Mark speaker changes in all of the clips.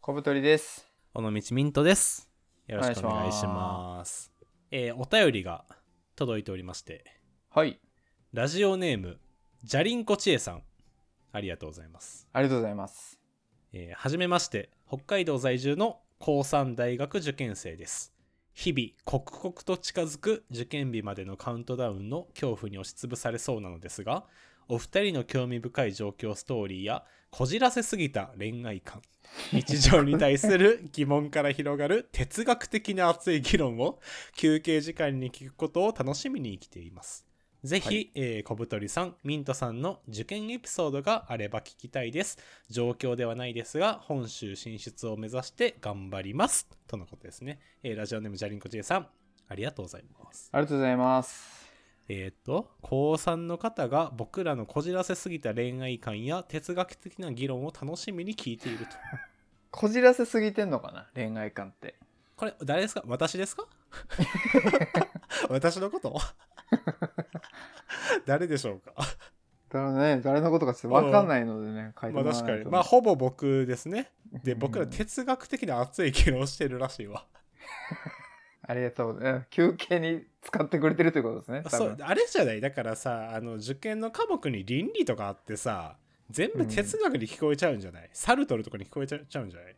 Speaker 1: 小太りです。
Speaker 2: 尾道ミントです。よろしくお
Speaker 1: お願
Speaker 2: 願いし
Speaker 1: いし
Speaker 2: ます。えーお便りが届いておりまして、
Speaker 1: はい。
Speaker 2: ラジオネーム、ジャリンコチエさん、ありがとうございます。
Speaker 1: ありがとうございます。
Speaker 2: えーはじめまして、北海道在住の高3大学受験生です。日々、刻々と近づく受験日までのカウントダウンの恐怖に押しつぶされそうなのですが、お二人の興味深い状況ストーリーや、こじらせすぎた恋愛観、日常に対する疑問から広がる哲学的な熱い議論を休憩時間に聞くことを楽しみに生きています。ぜひ、
Speaker 1: はい
Speaker 2: えー小太りさん、ミントさんの受験エピソードがあれば聞きたいです。状況ではないですが、本州進出を目指して頑張ります。とのことですね。えーラジオネームジャリンコ J さん、ありがとうございます。
Speaker 1: ありがとうございます。
Speaker 2: えーっと、高3の方が僕らのこじらせすぎた恋愛観や哲学的な議論を楽しみに聞いていると。
Speaker 1: こじらせすぎてんのかな恋愛観って。
Speaker 2: これ、誰ですか私で すか私のこと誰でしょうか
Speaker 1: だからね、誰のことかちょっとわかんないのでね、書いて
Speaker 2: まあ
Speaker 1: もら
Speaker 2: 確
Speaker 1: わな
Speaker 2: か
Speaker 1: い
Speaker 2: に。
Speaker 1: と
Speaker 2: まあほぼ僕ですね。で、僕ら
Speaker 1: うん
Speaker 2: 哲学的な熱い議論をしてるらしいわ。
Speaker 1: ありがとうございます。休憩に使ってくれてるということですね。多
Speaker 2: そ
Speaker 1: 分
Speaker 2: う、あれじゃない。だからさ、あの、受験の科目に倫理とかあってさ、全部哲学に聞こえちゃうんじゃない、サルトルとかに聞こえちゃちゃうんじゃない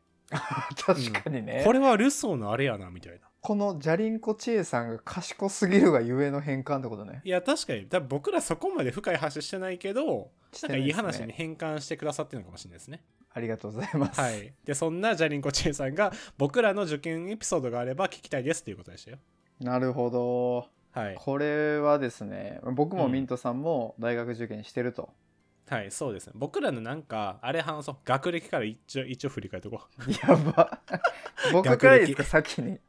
Speaker 1: 確かにね、
Speaker 2: こ
Speaker 1: こ
Speaker 2: れはルソーのあれやな、みたいな。
Speaker 1: のジャリンコ知恵さんが賢すぎるがゆえの変換ってことね。
Speaker 2: いや、確かに。だ僕らそこまで深い話してないけど、
Speaker 1: し
Speaker 2: な
Speaker 1: てな
Speaker 2: んか
Speaker 1: い
Speaker 2: い
Speaker 1: ですね
Speaker 2: 話に変換してくださってるのかもしれないですね。
Speaker 1: ありがとうございます。
Speaker 2: は。い。で、そんなジャリンコチェさんが、僕らの受験エピソードがあれば聞きたいですっていうことでしたよ。
Speaker 1: なるほど。
Speaker 2: はい。
Speaker 1: これはですね、僕も
Speaker 2: うん
Speaker 1: ミントさんも大学受験してると。
Speaker 2: はい、そうですね。僕らのなんか、あれ話そう。学歴から一応、一応振り返っておこ
Speaker 1: や ば。僕からですか、先に。
Speaker 2: う。うん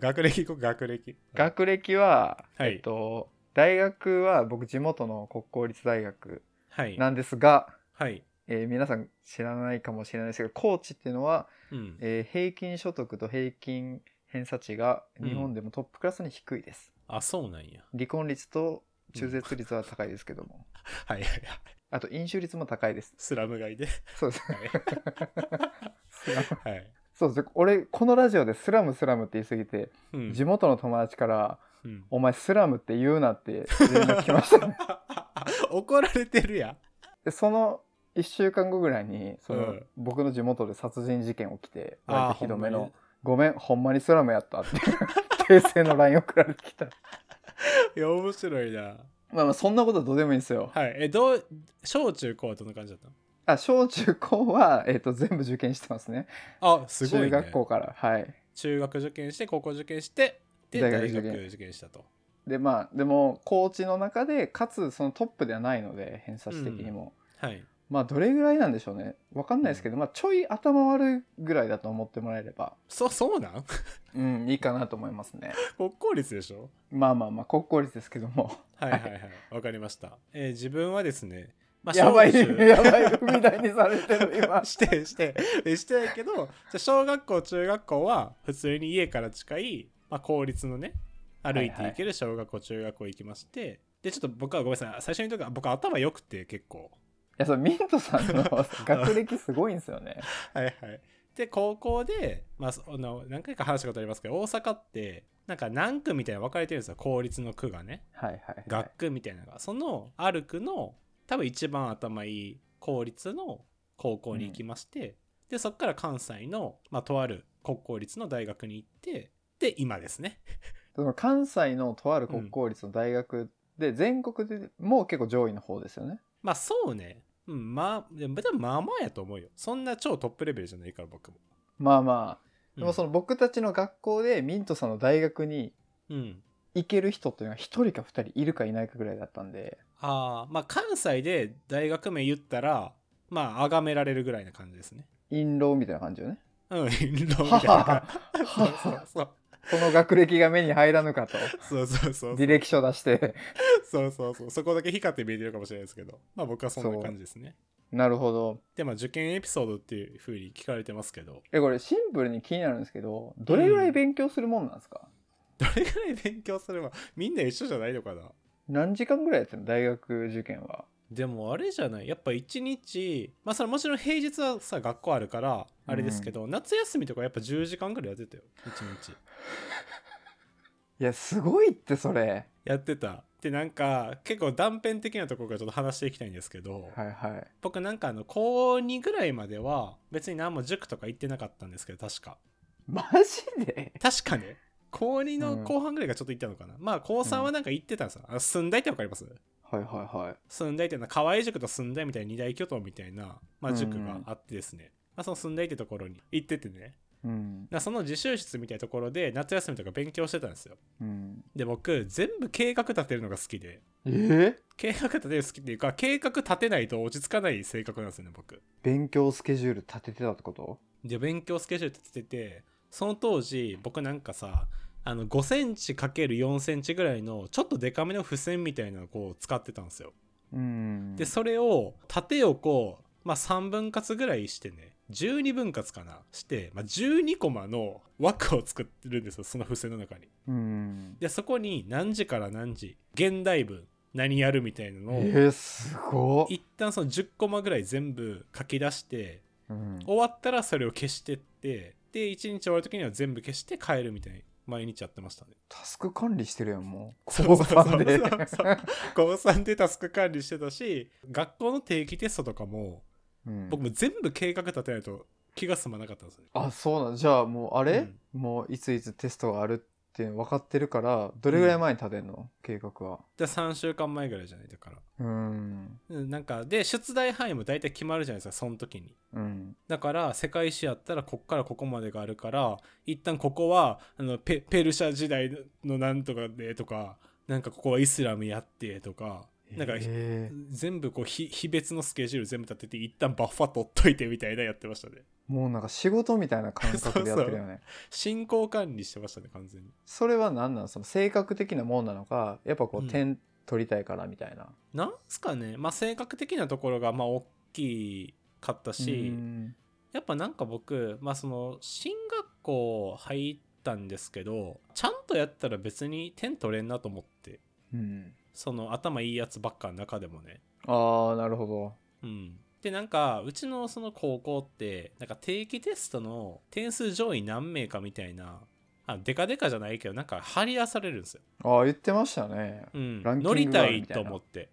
Speaker 2: 学歴行こう、学歴。
Speaker 1: 学歴は、
Speaker 2: はい
Speaker 1: えっと、大学は僕地元の国公立大学
Speaker 2: はい。
Speaker 1: なんですが、
Speaker 2: はい。
Speaker 1: えー皆さん知らないかもしれないですけど高知っていうのは、
Speaker 2: うん。
Speaker 1: えー平均所得と平均偏差値が日本でもトップクラスに低いです、
Speaker 2: あ、そうなんや。
Speaker 1: 離婚率と中絶率は高いですけども、
Speaker 2: はいはいはい。
Speaker 1: あと飲酒率も高いです
Speaker 2: スラム街で。
Speaker 1: そうです
Speaker 2: はい。
Speaker 1: そうです俺このラジオで「スラムスラム」って言い過ぎて、
Speaker 2: うん。
Speaker 1: 地元の友達から
Speaker 2: うん
Speaker 1: 「お前スラムって言うな」って連絡来ました、ね、
Speaker 2: 怒られてるやん。
Speaker 1: でその1週間後ぐらいにその、
Speaker 2: うん
Speaker 1: 僕の地元で殺人事件起きて
Speaker 2: あー
Speaker 1: 割とひどめ
Speaker 2: ほんま
Speaker 1: の
Speaker 2: に
Speaker 1: 「ごめんほんまにスラムやった」って訂正の LINE 送られてきた
Speaker 2: いや、面白いな。
Speaker 1: まあまあそんなことはどうでもいいんですよ
Speaker 2: はい。え、どう、小中高はどんな感じだった
Speaker 1: あ小中高は、えー、と全部受験してますね
Speaker 2: のあ、すごい、ね。
Speaker 1: 中学校。からはい
Speaker 2: 中学受験して、高校受験して、で、
Speaker 1: 大
Speaker 2: 大
Speaker 1: 学
Speaker 2: 学
Speaker 1: 受験
Speaker 2: 受験したと。
Speaker 1: でまあでも高知の中でかつそのトップではないので偏差値的にも、
Speaker 2: はい。
Speaker 1: まあどれぐらいなんでしょうねわかんないですけど、まあちょい頭悪いぐらいだと思ってもらえれば
Speaker 2: そ、そうなん
Speaker 1: うんいいかなと思いますね
Speaker 2: 国公立でしょ
Speaker 1: まあまあまあ国公立ですけども
Speaker 2: はいはいはい。わかりました。えー自分はですね、ま
Speaker 1: やばい、
Speaker 2: 小中。
Speaker 1: やばい、踏み台にされてる、今
Speaker 2: して、して、えしてないけど、じゃあ小学校、中学校は普通に家から近い、まあ、公立のね、歩いて行ける小学校、中学校行きまして、で、ちょっと僕はごめんなさい、最初に言うとか、僕頭良くて結構。
Speaker 1: いや、それミントさ んの学歴すごいんですよね。
Speaker 2: はいはい。で、高校で、まあ、その何回か話したことありますけど、大阪って、なんか何区みたいな分かれてるんですよ、公立の区がね。
Speaker 1: はいはい、はい。
Speaker 2: 学区みたいなのがそのある区の多分一番頭いい公立の高校に行きまして、でそこから関西の、まあ、とある国公立の大学に行ってで今ですね
Speaker 1: その関西のとある国公立の大学で、全国でもう結構上位の方ですよね。
Speaker 2: まあそうねうんまあでもでもまあまあやと思うよそんな超トップレベルじゃないから僕も、
Speaker 1: まあまあ、
Speaker 2: うん、
Speaker 1: でもその僕たちの学校でミントさんの大学に
Speaker 2: うん
Speaker 1: 行ける人っていうのは一人か二人いるかいないかぐらいだったんで、
Speaker 2: ああまあ関西で大学名言ったらまあ崇められるぐらいな感じですね
Speaker 1: 印籠みたいな感じよね。
Speaker 2: うん印籠みたいな
Speaker 1: は
Speaker 2: そうそう
Speaker 1: は
Speaker 2: そう
Speaker 1: この学歴が目に入らぬかと、
Speaker 2: そうそうそう
Speaker 1: 履歴書出して。
Speaker 2: そうそうそうそこだけ光って見えてるかもしれないですけどまあ僕はそんな感じですね
Speaker 1: なるほど。
Speaker 2: でまあ受験エピソードっていうふうに聞かれてますけど
Speaker 1: え、これシンプルに気になるんですけど、どれぐらい勉強するもんなんですか、
Speaker 2: どれぐらい勉強すればみんな一緒じゃないのかな
Speaker 1: 何時間ぐらいやってんの大学受験は
Speaker 2: でもあれじゃないやっぱ一日まあそれもちろん平日はさ学校あるからあれですけど、夏休みとかやっぱ10時間ぐらいやってたよ1日
Speaker 1: いやすごいってそれ
Speaker 2: やってたでなんか結構断片的なところからちょっと話していきたいんですけど、
Speaker 1: はいはい
Speaker 2: 僕なんかあの高2ぐらいまでは別に何も塾とか行ってなかったんですけど確か
Speaker 1: マジで
Speaker 2: 確かね高2
Speaker 1: う
Speaker 2: の
Speaker 1: ん
Speaker 2: 後半ぐらいがちょっと行ったのかな、まあ高3はなんか行ってたんですよ、あの寸大ってわかります
Speaker 1: はいはいはい
Speaker 2: 寸大っていうのは河合塾と寸大みたいな二大巨頭みたいな、まあ、
Speaker 1: うん
Speaker 2: 塾があってですね、まあ、その寸大ってところに行っててね
Speaker 1: うん
Speaker 2: なその自習室みたいなところで夏休みとか勉強してたんですよ
Speaker 1: うん
Speaker 2: で僕全部計画立てるのが好きで
Speaker 1: えー、
Speaker 2: 計画立てるの好きっていうか計画立てないと落ち着かない性格なんですよね僕
Speaker 1: 勉強スケジュール立ててたってこと
Speaker 2: で勉強スケジュール立てててその当時僕なんかさあの5センチ ×4 センチぐらいのちょっとデカめの付箋みたいなのをこう使ってたんですよ
Speaker 1: うん
Speaker 2: でそれを縦横、まあ、3分割ぐらいしてね12分割かなして、まあ、12コマの枠を作ってるんですよその付箋の中に
Speaker 1: うん
Speaker 2: でそこに何時から何時現代文何やるみたいなのを
Speaker 1: えー、すごっ
Speaker 2: 一旦その10コマぐらい全部書き出して
Speaker 1: うん
Speaker 2: 終わったらそれを消してってで1日終わる時には全部消して帰るみたいに毎日やってましたね
Speaker 1: タスク管理してるやんもう
Speaker 2: そうそうそう
Speaker 1: 高三で
Speaker 2: そうそう高3でタスク管理してたし学校の定期テストとかも
Speaker 1: うん
Speaker 2: 僕も全部計画立てないと気が済まなかったんですよね
Speaker 1: あそうなんじゃあもうあれ、もういついつテストがあるって分かってるからどれぐらい前に立てんの、計画は
Speaker 2: で3週間前ぐらいじゃないだから
Speaker 1: うん
Speaker 2: うんなんかで出題範囲も大体決まるじゃないですかその時に
Speaker 1: うん
Speaker 2: だから世界史やったらこっからここまでがあるから一旦ここはあのペペルシャ時代のなんとかでとかなんかここはイスラムやってとかなんか
Speaker 1: えー
Speaker 2: 全部こうひ非別のスケジュール全部立てて一旦バッファ取っといてみたいなやってましたね
Speaker 1: もうなんか仕事みたいな感覚でやってるよね
Speaker 2: 進行管理してましたね完全に
Speaker 1: それは何なんその性格的なもんなのかやっぱこう、
Speaker 2: うん
Speaker 1: 点取りたいからみたいな
Speaker 2: なんすかねまあ性格的なところがまあ大きかったし
Speaker 1: うん
Speaker 2: やっぱなんか僕、まあ、その進学校入ったんですけどちゃんとやったら別に点取れんなと思って
Speaker 1: うん
Speaker 2: その頭いいやつばっかの中でもね
Speaker 1: ああなるほど
Speaker 2: うんでなんかうちのその高校ってなんか定期テストの点数上位何名かみたいなあデカデカじゃないけどなんか張り出されるんですよ、
Speaker 1: ああ言ってましたね
Speaker 2: うん、
Speaker 1: ランキング
Speaker 2: 乗り
Speaker 1: が
Speaker 2: た
Speaker 1: ある
Speaker 2: い
Speaker 1: みたい
Speaker 2: と
Speaker 1: な
Speaker 2: 思って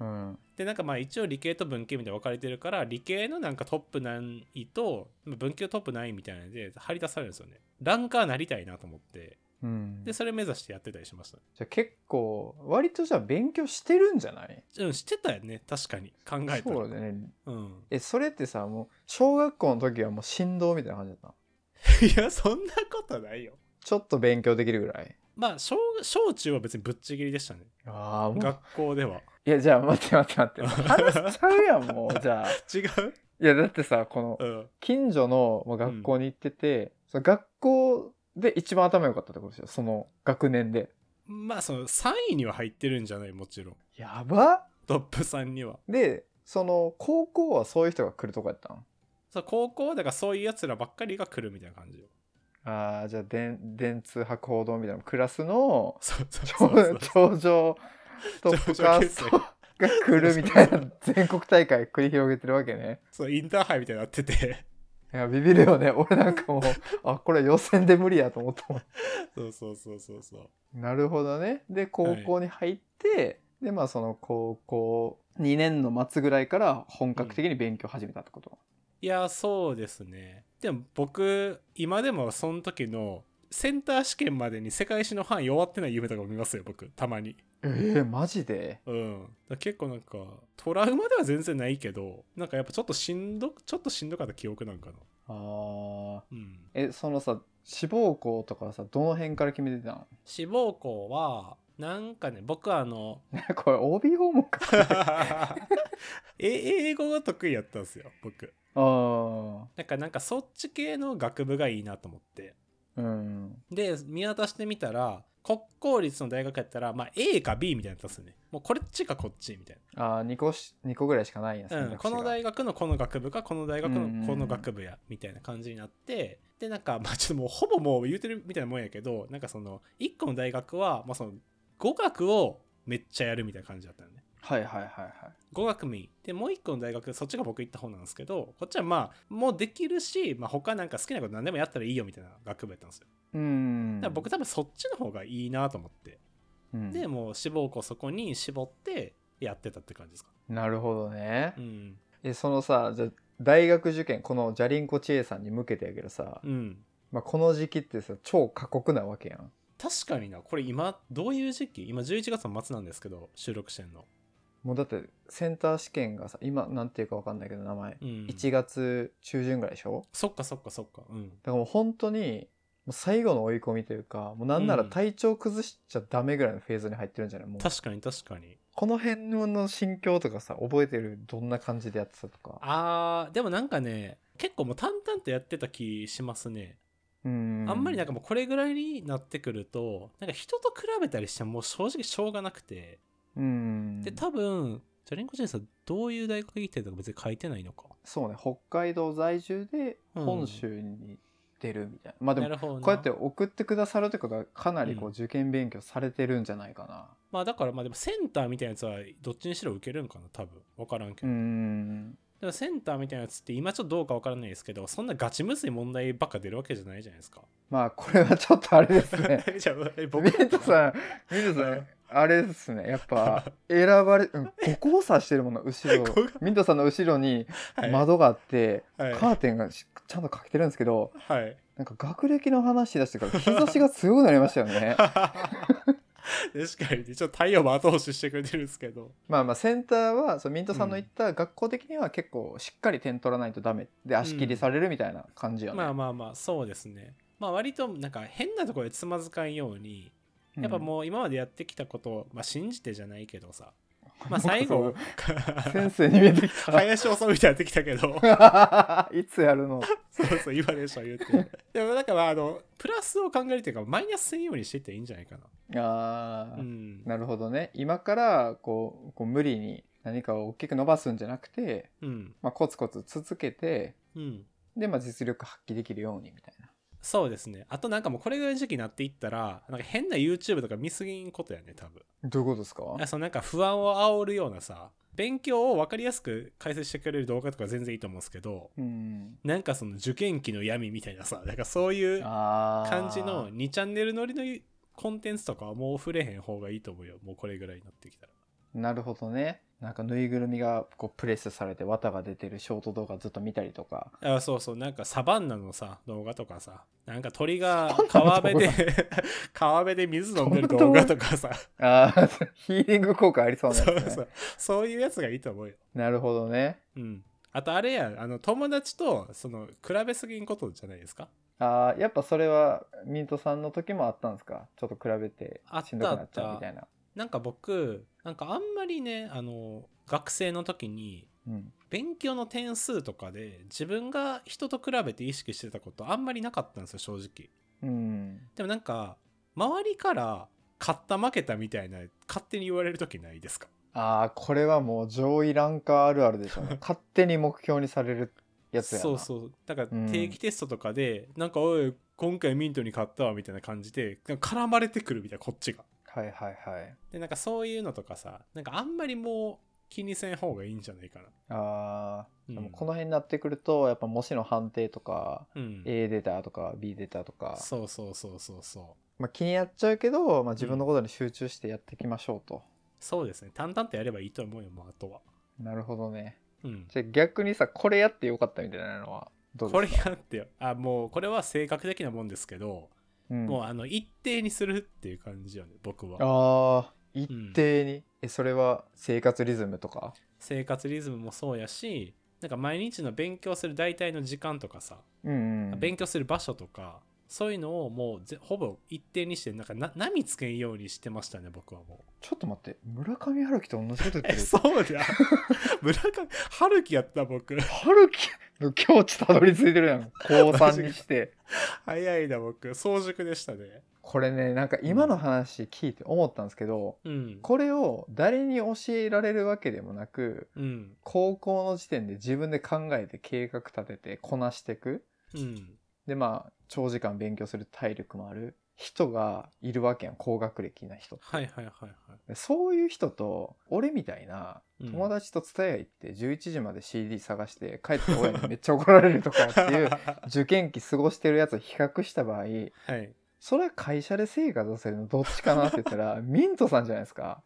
Speaker 1: うん
Speaker 2: でなんかまあ一応理系と文系みたいに分かれてるから理系のなんかトップ何位とまあ文系トップ何位みたいなので張り出されるんですよねランカーなりたいなと思って
Speaker 1: うん
Speaker 2: でそれ目指してやってたりしました
Speaker 1: じゃあ結構割とじゃあ勉強してるんじゃない
Speaker 2: うんしてたよね確かに考えたら
Speaker 1: そうだね
Speaker 2: うん、
Speaker 1: えそれってさもう小学校の時はもう振動みたいな感じだったの
Speaker 2: いやそんなことないよ
Speaker 1: ちょっと勉強できるぐらい
Speaker 2: まあ小小中は別にぶっちぎりでしたね
Speaker 1: ああもう
Speaker 2: 学校では
Speaker 1: いやじゃあ待って待って待って 話しちゃうやんもうじゃあ
Speaker 2: 違う
Speaker 1: いやだってさこの
Speaker 2: うん
Speaker 1: 近所のまあ学校に行ってて、その学校で一番頭良かったってことでしょその学年で
Speaker 2: まあその3位には入ってるんじゃないもちろん
Speaker 1: やば
Speaker 2: トップ3には
Speaker 1: でその高校はそういう人が来るとこやったん
Speaker 2: そう高校はだからそういうやつらばっかりが来るみたいな感じよ
Speaker 1: ああじゃあ電電通博報堂みたいなクラスの
Speaker 2: そうそう
Speaker 1: 頂
Speaker 2: そうそう
Speaker 1: 頂上トップカーストが来るみたいな全国大会繰り広げてるわけね
Speaker 2: そうインターハイみたいになってて
Speaker 1: いやビビるよね俺なんかもうあこれ予選で無理やと思ったも
Speaker 2: そうそうそうそうそ
Speaker 1: んなるほどねで高校に入って、でまあその高校2年の末ぐらいから本格的に勉強始めたってこと、
Speaker 2: いやそうですねでも僕今でもその時のセンター試験までに世界史の範囲終わってない夢とかも見ますよ僕たまに
Speaker 1: えー、マジで
Speaker 2: うんだから結構なんかトラウマでは全然ないけどなんかやっぱちょっとしんどちょっとしんどかった記憶なんかな
Speaker 1: あー
Speaker 2: うん
Speaker 1: えそのさ志望校とかはさどの辺から決めてたの
Speaker 2: 志望校はなんかね僕あの
Speaker 1: これ OB 訪問か
Speaker 2: え英語が得意やったんですよ僕
Speaker 1: あー
Speaker 2: なんかなんかそっち系の学部がいいなと思って
Speaker 1: うん
Speaker 2: で見渡してみたら国公立の大学やったら、まあ、A か B みたいなやつですよねもうこれっちかこっちみたい
Speaker 1: あー2個し二個ぐらいしかないんや、
Speaker 2: な、うん、
Speaker 1: 選択肢
Speaker 2: こ
Speaker 1: が
Speaker 2: の大学のこの学部かこの大学
Speaker 1: うんうんうん
Speaker 2: のこの学部やみたいな感じになってでなんかまあちょっともうほぼもう言うてるみたいなもんやけどなんかその1個の大学は、まあ、その語学をめっちゃやるみたいな感じだったよね
Speaker 1: はいはいはいはい。
Speaker 2: 語学もいいでもう一個の大学そっちが僕行った方なんですけどこっちはまあもうできるし、まあ、他なんか好きなこと何でもやったらいいよみたいな学部やったんですよ
Speaker 1: うーん。
Speaker 2: だから僕多分そっちの方がいいなと思って
Speaker 1: うん
Speaker 2: でもう志望校そこに絞ってやってたって感じですか
Speaker 1: なるほどね
Speaker 2: う。ん
Speaker 1: え、そのさ、じゃあ大学受験、このジャリンコ知恵さんに向けてやけどさ、
Speaker 2: うん
Speaker 1: まあ、この時期ってさ、超過酷なわけやん。
Speaker 2: 確かになこれ今どういう時期今11月の末なんですけど収録してんの
Speaker 1: もうだって、センター試験がさ、今、なんていうかわかんないけど、名前。
Speaker 2: うん
Speaker 1: 1月中旬ぐらいでしょ
Speaker 2: そっかそっかそっかうん
Speaker 1: だからもう本当に、もう最後の追い込みというか、もうなんなら
Speaker 2: うん
Speaker 1: 体調崩しちゃダメぐらいのフェーズに入ってるんじゃないもう
Speaker 2: 確かに確かに
Speaker 1: この辺の心境とかさ、覚えてるどんな感じでやってたとか。
Speaker 2: あーでもなんかね結構もう淡々とやってた気しますね
Speaker 1: うーん
Speaker 2: あんまりなんかもうこれぐらいになってくるとなんか人と比べたりしてもう正直しょうがなくて
Speaker 1: うーん。
Speaker 2: で多分ジャリンコジェンさんどういう大学行きたいとか別に書いてないのか
Speaker 1: そうね、北海道在住で
Speaker 2: うん
Speaker 1: 本州に出るみたいな。まあで
Speaker 2: な
Speaker 1: も、
Speaker 2: るほどな
Speaker 1: こうやって送ってくださるってことは、かなりこ
Speaker 2: う
Speaker 1: う受験勉強されてるんじゃないかな。
Speaker 2: まあだからまあでもセンターみたいなやつはどっちにしろ受けるんかな多分分からんけ
Speaker 1: う
Speaker 2: ど、
Speaker 1: ーん。
Speaker 2: でもセンターみたいなやつって今ちょっとどうか分からないですけどそんなガチむずい問題ばっか出るわけじゃないじゃないですか
Speaker 1: まあ、これはちょっとあれですね。
Speaker 2: じゃあえ 僕
Speaker 1: ミントさん、ミントさ
Speaker 2: うんん、
Speaker 1: あれですね。やっぱ、選ばれ、うん、五交差してるもんな、後 ろ
Speaker 2: 五交。
Speaker 1: ミントさんの後ろに
Speaker 2: はい
Speaker 1: 窓があって、
Speaker 2: はい
Speaker 1: カーテンがしちゃんとかけてるんですけど、
Speaker 2: はい
Speaker 1: なんか学歴の話出してから日差しが強くなりましたよ ね。
Speaker 2: 確かにねちょっと太陽も後押ししてくれてるんですけど
Speaker 1: まあまあセンターはそのミントさんの言った学校的には結構しっかり点取らないとダメで足切りされるみたいな感じよね。
Speaker 2: まあまあまあそうですねまあ割となんか変なところでつまずかんようにやっぱもう今までやってきたことを、まあ、信じてじゃないけどさまあ最後
Speaker 1: うん先生に見えてき
Speaker 2: 林修みたいになってきたけど
Speaker 1: た。 いつやるの
Speaker 2: そうそう、今でしょ、言って。 でも、なんか、まあ、あの、プラスを考えるというか、マイナス専用にしていっていいんじゃないか
Speaker 1: あ
Speaker 2: な。
Speaker 1: ー、
Speaker 2: うん。
Speaker 1: なるほどね。今からこうこう無理に何かを大きく伸ばすんじゃなくて、
Speaker 2: うん。
Speaker 1: まあ、コツコツ続けて
Speaker 2: うん。
Speaker 1: で、まあ、実力発揮できるようにみたいな。
Speaker 2: そうですね。あと、なんかもう、これぐらいの時期になっていったら、なんか変な YouTube とか見すぎんことやね、多分。
Speaker 1: どういうことですか
Speaker 2: なんかそのなんか、不安を煽るようなさ、勉強を分かりやすく解説してくれる動画とか全然いいと思うんですけど、
Speaker 1: うん。
Speaker 2: なんかその受験期の闇みたいなさ、 なんかそういう
Speaker 1: あー
Speaker 2: 感じの2チャンネル乗りのコンテンツとかはもう触れへん方がいいと思うよ。もうこれぐらいになってきたら。
Speaker 1: なるほどね。なんかぬいぐるみがこうプレスされて綿が出てるショート動画ずっと見たりとか。
Speaker 2: あそうそうなんかサバンナのさ動画とかさなんか鳥が川辺で 川辺で水飲んでる動画とか さ
Speaker 1: ああ、ヒーリン グ効果ありそうなん
Speaker 2: そ
Speaker 1: で
Speaker 2: う
Speaker 1: す
Speaker 2: そ
Speaker 1: ね。
Speaker 2: うそういうやつがいいと思うよ、
Speaker 1: なるほどね。
Speaker 2: うん、あとあれやあの友達とその比べすぎんことじゃないですか
Speaker 1: ああ、やっぱそれはミントさんの時もあったんですかちょっと比べて
Speaker 2: あった
Speaker 1: しんどくなっちゃうみたいな。
Speaker 2: なんか僕なんかあんまりねあの学生の時に
Speaker 1: うん。
Speaker 2: 勉強の点数とかで自分が人と比べて意識してたことあんまりなかったんですよ正直
Speaker 1: うん。
Speaker 2: でもなんか周りから勝った負けたみたいな勝手に言われる時ないですか
Speaker 1: ああ、これはもう上位ランカーあるあるでしょう ね。勝手に目標にされるやつやな。
Speaker 2: そうそうだから
Speaker 1: うん
Speaker 2: 定期テストとかで、なんかおい今回ミントに買ったわみたいな感じでなんか絡まれてくるみたいなこっちが
Speaker 1: はいはいはい。
Speaker 2: でなんかそういうのとかさなんかあんまりもう気にせん方がいいんじゃないかな、
Speaker 1: ああ、
Speaker 2: うん、
Speaker 1: でもこの辺になってくると、やっぱ模試の判定とか、
Speaker 2: うん、
Speaker 1: A 出たとか B 出たとか。
Speaker 2: そうそうそうそうそう
Speaker 1: まあ、気になっちゃうけど、まあ、自分のことに集中してやっていきましょうと、
Speaker 2: そうですね淡々とやればいいと思うよもうあとは
Speaker 1: なるほどね
Speaker 2: うん
Speaker 1: じゃあ逆にさこれやってよかったみたいなのはどう
Speaker 2: こ
Speaker 1: で
Speaker 2: れ
Speaker 1: すか
Speaker 2: やってよあもうこれは性格的なもんですけど、
Speaker 1: これ、うん
Speaker 2: もうあの一定にするっていう感じよね僕は
Speaker 1: あー一定に、えそれは生活リズムとか
Speaker 2: 生活リズムもそうやしなんか毎日の勉強する大体の時間とかさ
Speaker 1: うん、うん、
Speaker 2: 勉強する場所とかそういうのをもうぜほぼ一定にしてなんかな波つけんようにしてましたね僕はもう
Speaker 1: ちょっと待って村上春樹と同じこと言って
Speaker 2: え
Speaker 1: る
Speaker 2: そうだ 村上春樹やった僕
Speaker 1: 春樹の境地たどり着いてる やん高3にして
Speaker 2: 早いな僕早熟でしたね
Speaker 1: これねなんか今の話聞いて思ったんですけど、
Speaker 2: うん
Speaker 1: これを誰に教えられるわけでもなく
Speaker 2: うん
Speaker 1: 高校の時点で自分で考えて計画立ててこなしていく
Speaker 2: うん
Speaker 1: でまあ長時間勉強する体力もある人がいるわけやん高学歴な人
Speaker 2: はいはいはいはい。
Speaker 1: でそういう人と俺みたいな
Speaker 2: うん
Speaker 1: 友達と蔦屋行って11時まで CD 探して帰って親にめっちゃ怒られるとかって いう受験期過ごしてるやつを比較した場合
Speaker 2: はい。
Speaker 1: それは会社で成果出せるのどっちかなって言った らミントさんじゃないですか。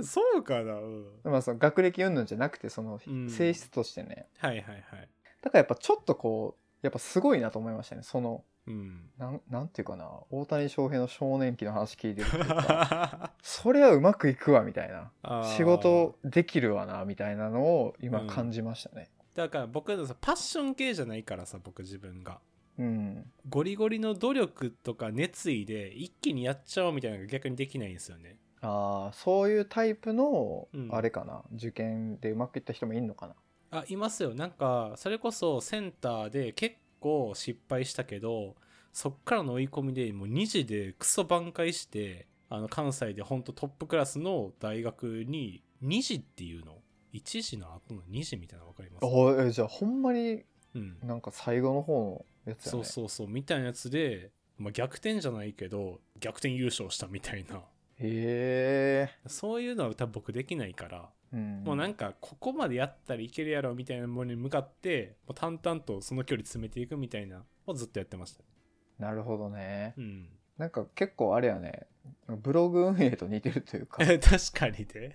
Speaker 2: そうかな。うん。
Speaker 1: まあその学歴云々じゃなくてその
Speaker 2: うん
Speaker 1: 性質としてね、
Speaker 2: はいはいはい。
Speaker 1: だからやっぱちょっとこうやっぱすごいなと思いましたねその
Speaker 2: うん。
Speaker 1: なんなんていうかな大谷翔平の少年期の話聞いてるっていう かそれはうまくいくわみたいな
Speaker 2: あー
Speaker 1: 仕事できるわなみたいなのを今感じましたね。
Speaker 2: だから僕のさパッション系じゃないからさ僕自分が
Speaker 1: うん、
Speaker 2: ゴリゴリの努力とか熱意で一気にやっちゃおうみたいなのが逆にできないんですよね
Speaker 1: ああそういうタイプの
Speaker 2: うん
Speaker 1: あれかな、受験でうまくいった人もいるのかな。
Speaker 2: あいますよなんかそれこそセンターで結構失敗したけどそっからの追い込みでもう2時でクソ挽回してあの関西でほんとトップクラスの大学に2時っていうの1時の後の2時みたいなの分かります、
Speaker 1: おーえじゃあほんまに
Speaker 2: うん、
Speaker 1: なんか最後の方のやつや
Speaker 2: そ
Speaker 1: ね
Speaker 2: うそうそうみたいなやつで、まあ、逆転じゃないけど逆転優勝したみたいな
Speaker 1: へ
Speaker 2: そういうのは多分僕できないから、
Speaker 1: え、うん、
Speaker 2: もうなんかここまでやったらいけるやろみたいなものに向かってもう淡々とその距離詰めていくみたいなをずっとやってました
Speaker 1: なるほどね
Speaker 2: うん、
Speaker 1: なんか結構あれやねブログ運営と似てるというか
Speaker 2: 確かにで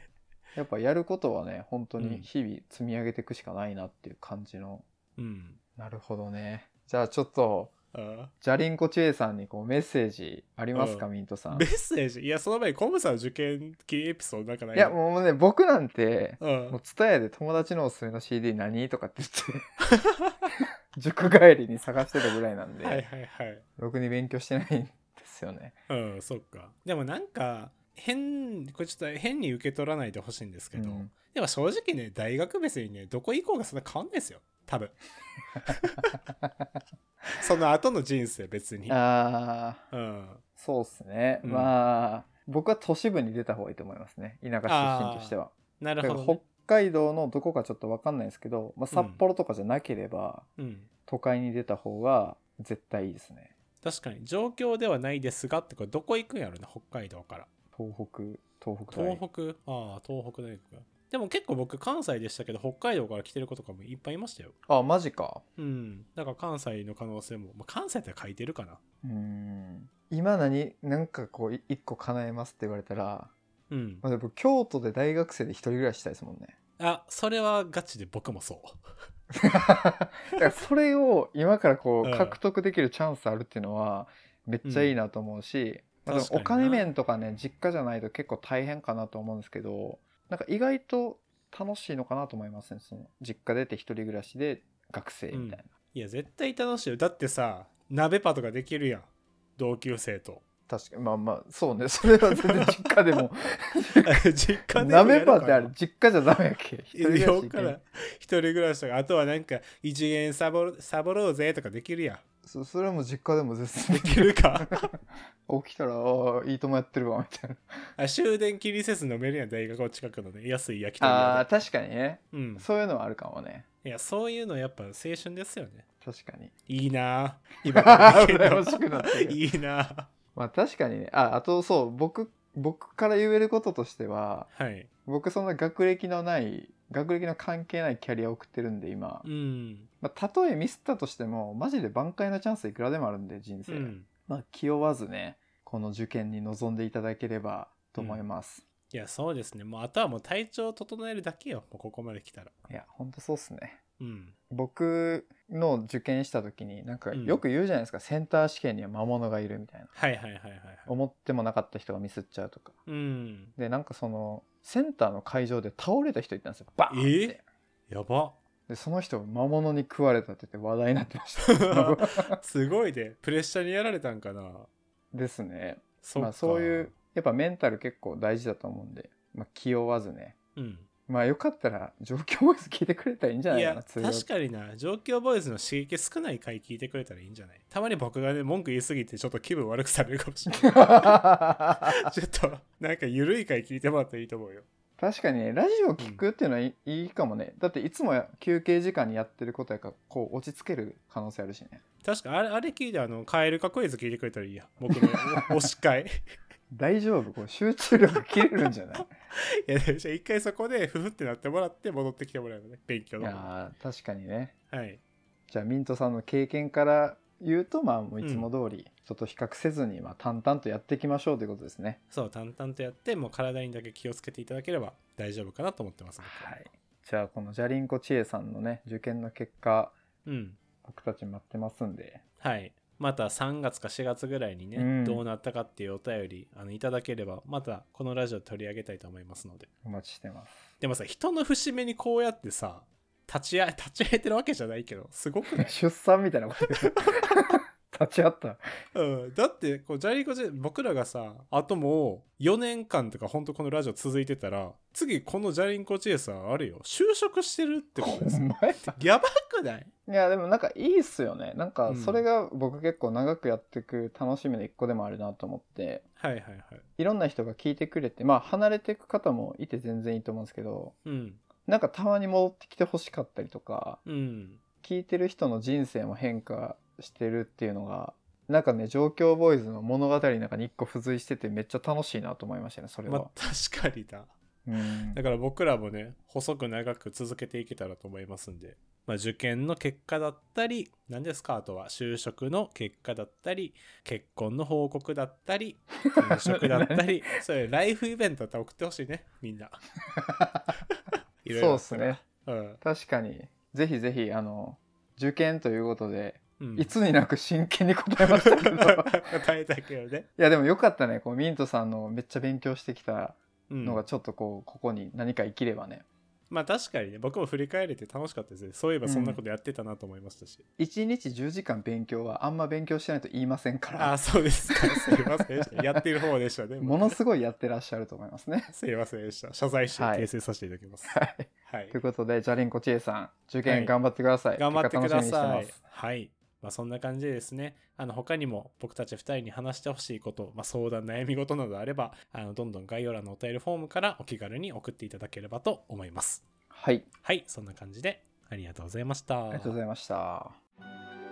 Speaker 1: やっぱやることはね本当
Speaker 2: うん
Speaker 1: に日々積み上げていくしかないなっていう感じの、
Speaker 2: うん
Speaker 1: なるほどねじゃあちょっと
Speaker 2: あ
Speaker 1: ジャリンコチエさんにこうメッセージありますか、
Speaker 2: う
Speaker 1: ミントさん
Speaker 2: メッセージいやその前にコムさんの受験期エピソードなんかない
Speaker 1: いやもうね僕なんて
Speaker 2: う、ん
Speaker 1: もう、ツタヤで友達のおすすめの CD 何とかって言って 塾帰りに探してたぐらいなんで、
Speaker 2: はいはいはい
Speaker 1: ろくに勉強してないんですよね、
Speaker 2: うんそっかでもなんか変これちょっと変に受け取らないでほしいんですけ
Speaker 1: う
Speaker 2: ど、
Speaker 1: ん
Speaker 2: でも正直ね大学別にねどこ行こうがそんな変わんないですよ多分その後の人生別に
Speaker 1: ああ
Speaker 2: うん
Speaker 1: そうっすね、
Speaker 2: うん
Speaker 1: まあ僕は都市部に出た方がいいと思いますね田舎出身としては
Speaker 2: な
Speaker 1: だ
Speaker 2: る
Speaker 1: から
Speaker 2: ほど、
Speaker 1: 北
Speaker 2: ね
Speaker 1: 海道のどこかちょっと分かんないですけど、まあ、札幌とかじゃなければ、
Speaker 2: うん、
Speaker 1: 都会に出た方が絶対いいですね
Speaker 2: 確かに状況ではないですがってこれどこ行くんやろな北海道から
Speaker 1: 東北東北大
Speaker 2: 東北、ああ東北大学でも結構僕関西でしたけど北海道から来てる子とかもいっぱいいましたよ
Speaker 1: あマジか
Speaker 2: うんだから関西の可能性も、まあ、関西って書いてるかな
Speaker 1: うーん今何なんかこうい一個叶えますって言われたら、
Speaker 2: うん
Speaker 1: まあ、でも京都で大学生で一人暮らししたいですもん ね
Speaker 2: あそれはガチで僕もそう
Speaker 1: だからそれを今からこ
Speaker 2: うん
Speaker 1: う獲得できるチャンスあるっていうのはめっちゃいいなと思うし、
Speaker 2: うん
Speaker 1: まあでも
Speaker 2: 確かに
Speaker 1: お金
Speaker 2: な
Speaker 1: 面とかね実家じゃないと結構大変かなと思うんですけどなんか意外と楽しいのかなと思いますねその実家出て一人暮らしで学生みたいな、
Speaker 2: いや絶対楽しいよだってさ鍋パとかできるやん同級生と
Speaker 1: 確かにまあまあそうねそれは全然実家でも
Speaker 2: 実家で
Speaker 1: 鍋パンってあれ
Speaker 2: る
Speaker 1: 実家じゃダメやっけ一人暮らし
Speaker 2: よ
Speaker 1: で
Speaker 2: から一人暮らしとかあとはなんか一元サボろサボろうぜとかできるやん
Speaker 1: そそれはもう実家でも絶対
Speaker 2: できるか
Speaker 1: 起きたらああいいともやってるわみたい
Speaker 2: あ終電気にせず飲めるやん大学の近くのね安い焼き鳥
Speaker 1: なあー
Speaker 2: 屋で
Speaker 1: 確かにね
Speaker 2: うん
Speaker 1: そういうのはあるかもね
Speaker 2: いやそういうのやっぱ青春ですよね
Speaker 1: 確か に
Speaker 2: いいな ぁ今からできる
Speaker 1: 羨
Speaker 2: の
Speaker 1: ましくなってる
Speaker 2: いいなぁ
Speaker 1: まあ確かにねああとそう僕僕から言えることとしては
Speaker 2: はい
Speaker 1: 僕そんな学歴のない学歴の関係ないキャリアを送ってるんで今
Speaker 2: う、ん
Speaker 1: まあ、たとえミスったとしてもマジで挽回のチャンスいくらでもあるんで人
Speaker 2: う
Speaker 1: 生、
Speaker 2: ん
Speaker 1: まあ気負わずねこの受験に臨んでいただければと思います、
Speaker 2: いやそうですねもうあとはもう体調を整えるだけよもうここまで来たら
Speaker 1: いやほんとそうっすね
Speaker 2: うん
Speaker 1: 僕の受験した時になんか
Speaker 2: うん
Speaker 1: よく言うじゃないですか、センター試験には魔物がいるみたいな
Speaker 2: はいはいはいはいはい
Speaker 1: 思ってもなかった人がミスっちゃうとか
Speaker 2: うん
Speaker 1: でなんかそのセンターの会場で倒れた人いたんですよバーンって、
Speaker 2: やば
Speaker 1: でその人魔物に食われたって言って話題になってま した
Speaker 2: すごいで、プレッシャーにやられたんかな
Speaker 1: ですね
Speaker 2: そっ
Speaker 1: ま
Speaker 2: か
Speaker 1: あ、そういうやっぱメンタル結構大事だと思うんで、まあ、気負わずね
Speaker 2: うん
Speaker 1: まあよかったら状況ボイス聞いてくれたらいいんじゃないいか
Speaker 2: や
Speaker 1: な通常
Speaker 2: 確かにな状況ボーイズの刺激少ない回聞いてくれたらいいんじゃないたまに僕がね文句言いすぎてちょっと気分 悪くされるかもしれないちょっとなんか緩い回聞いてもらったらいいと思うよ
Speaker 1: 確かにねラジオ聞くっていうのはいいいかもねだっていつもや休憩時間にやってることやからこう落ち着ける可能性あるしね
Speaker 2: 確かあれあれ聞いてあの「蛙かクイズ」聞いてくれたらいいや僕 のお推し会
Speaker 1: 大丈夫こう集中力切れるんじゃない
Speaker 2: いやじゃあ一回そこでふふってなってもらって戻ってきてもらうのね勉強
Speaker 1: い
Speaker 2: の方
Speaker 1: やー確かにね
Speaker 2: はい
Speaker 1: じゃあミントさんの経験から言うとまあもういつも通り、ちょっと比較せずにまあ淡々とやっていきましょうということですね
Speaker 2: そう淡々とやってもう体にだけ気をつけていただければ大丈夫かなと思ってます僕は
Speaker 1: はいじゃあこのじゃりんこちえさんのね受験の結果
Speaker 2: うん
Speaker 1: 僕たち待ってますんで
Speaker 2: はいまた3月か4月ぐらいにね、
Speaker 1: うん
Speaker 2: どうなったかっていうお便りあのいただければまたこのラジオ取り上げたいと思いますので
Speaker 1: お待ちして ます
Speaker 2: でもさ人の節目にこうやってさ立ち会立ち会えてるわけじゃないけどすご くない
Speaker 1: 出産みたいなこと言 う立ち会った
Speaker 2: うん、だってこうジャリコジェ僕らがさあともう4年間とかほんとこのラジオ続いてたら次このジャリンコチェさんあれよ就職してるってことで す
Speaker 1: ほん
Speaker 2: よ
Speaker 1: まや
Speaker 2: やばくない
Speaker 1: いやでもなんかいいっすよねなん
Speaker 2: う
Speaker 1: か
Speaker 2: ん
Speaker 1: それが僕結構長くやっていく楽しみの一個でもあるなと思って
Speaker 2: はいはいはい
Speaker 1: いろんな人が聞いてくれてまあ離れていく方もいて全然いいと思うんですけど
Speaker 2: うん
Speaker 1: なんかたまに戻ってきてほしかったりとか
Speaker 2: うん
Speaker 1: 聞いてる人の人生も変化してるっていうのがなんかね状況ボーイズの物語の中に一個付随しててめっちゃ楽しいなと思いましたねそれ
Speaker 2: まあ
Speaker 1: は、
Speaker 2: 確かにだ
Speaker 1: うん
Speaker 2: だから僕らもね細く長く続けていけたらと思いますんで、まあ、受験の結果だったり何ですかあとは就職の結果だったり結婚の報告だったり転職だった りそういうライフイベントだったら送ってほしいねみんないろいろ
Speaker 1: そう
Speaker 2: あ
Speaker 1: っ
Speaker 2: った
Speaker 1: すね
Speaker 2: らうん、
Speaker 1: 確かにぜひぜひあの受験ということで、
Speaker 2: うん、
Speaker 1: いつになく真剣に答えましたけ ど
Speaker 2: 答えたけどね、
Speaker 1: いやでもよかったねこうミントさんのめっちゃ勉強してきた
Speaker 2: うん
Speaker 1: のがちょっとこう、ここに何か生きればね
Speaker 2: まあ確かにね僕も振り返れて楽しかったですねそういえばそんなことやってたなと思いましたし、
Speaker 1: 1日10時間勉強はあんま勉強してないと言いませんか
Speaker 2: ああ
Speaker 1: ら
Speaker 2: そうですかすいませんでしたやってる方でしたね。
Speaker 1: ものすごいやってらっしゃると思いますね
Speaker 2: すいませんでした。謝罪して
Speaker 1: はい
Speaker 2: 訂正させていただきます。
Speaker 1: はい、
Speaker 2: はい
Speaker 1: とい。うことでじゃりんこちえさん受
Speaker 2: はい
Speaker 1: 験頑張ってください。
Speaker 2: 頑張ってく
Speaker 1: 結
Speaker 2: だ
Speaker 1: 果
Speaker 2: さ
Speaker 1: 楽しみに
Speaker 2: い
Speaker 1: してま。
Speaker 2: はい。まあそんな感じでですね、あの他にも僕たち2人に話してほしいこと、まあ、相談、悩み事などあれば、あのどんどん概要欄のお便りフォームからお気軽に送っていただければと思います。
Speaker 1: すはい、
Speaker 2: はい、そんな感じでありがとうございました。
Speaker 1: ありがとうございました。
Speaker 3: 「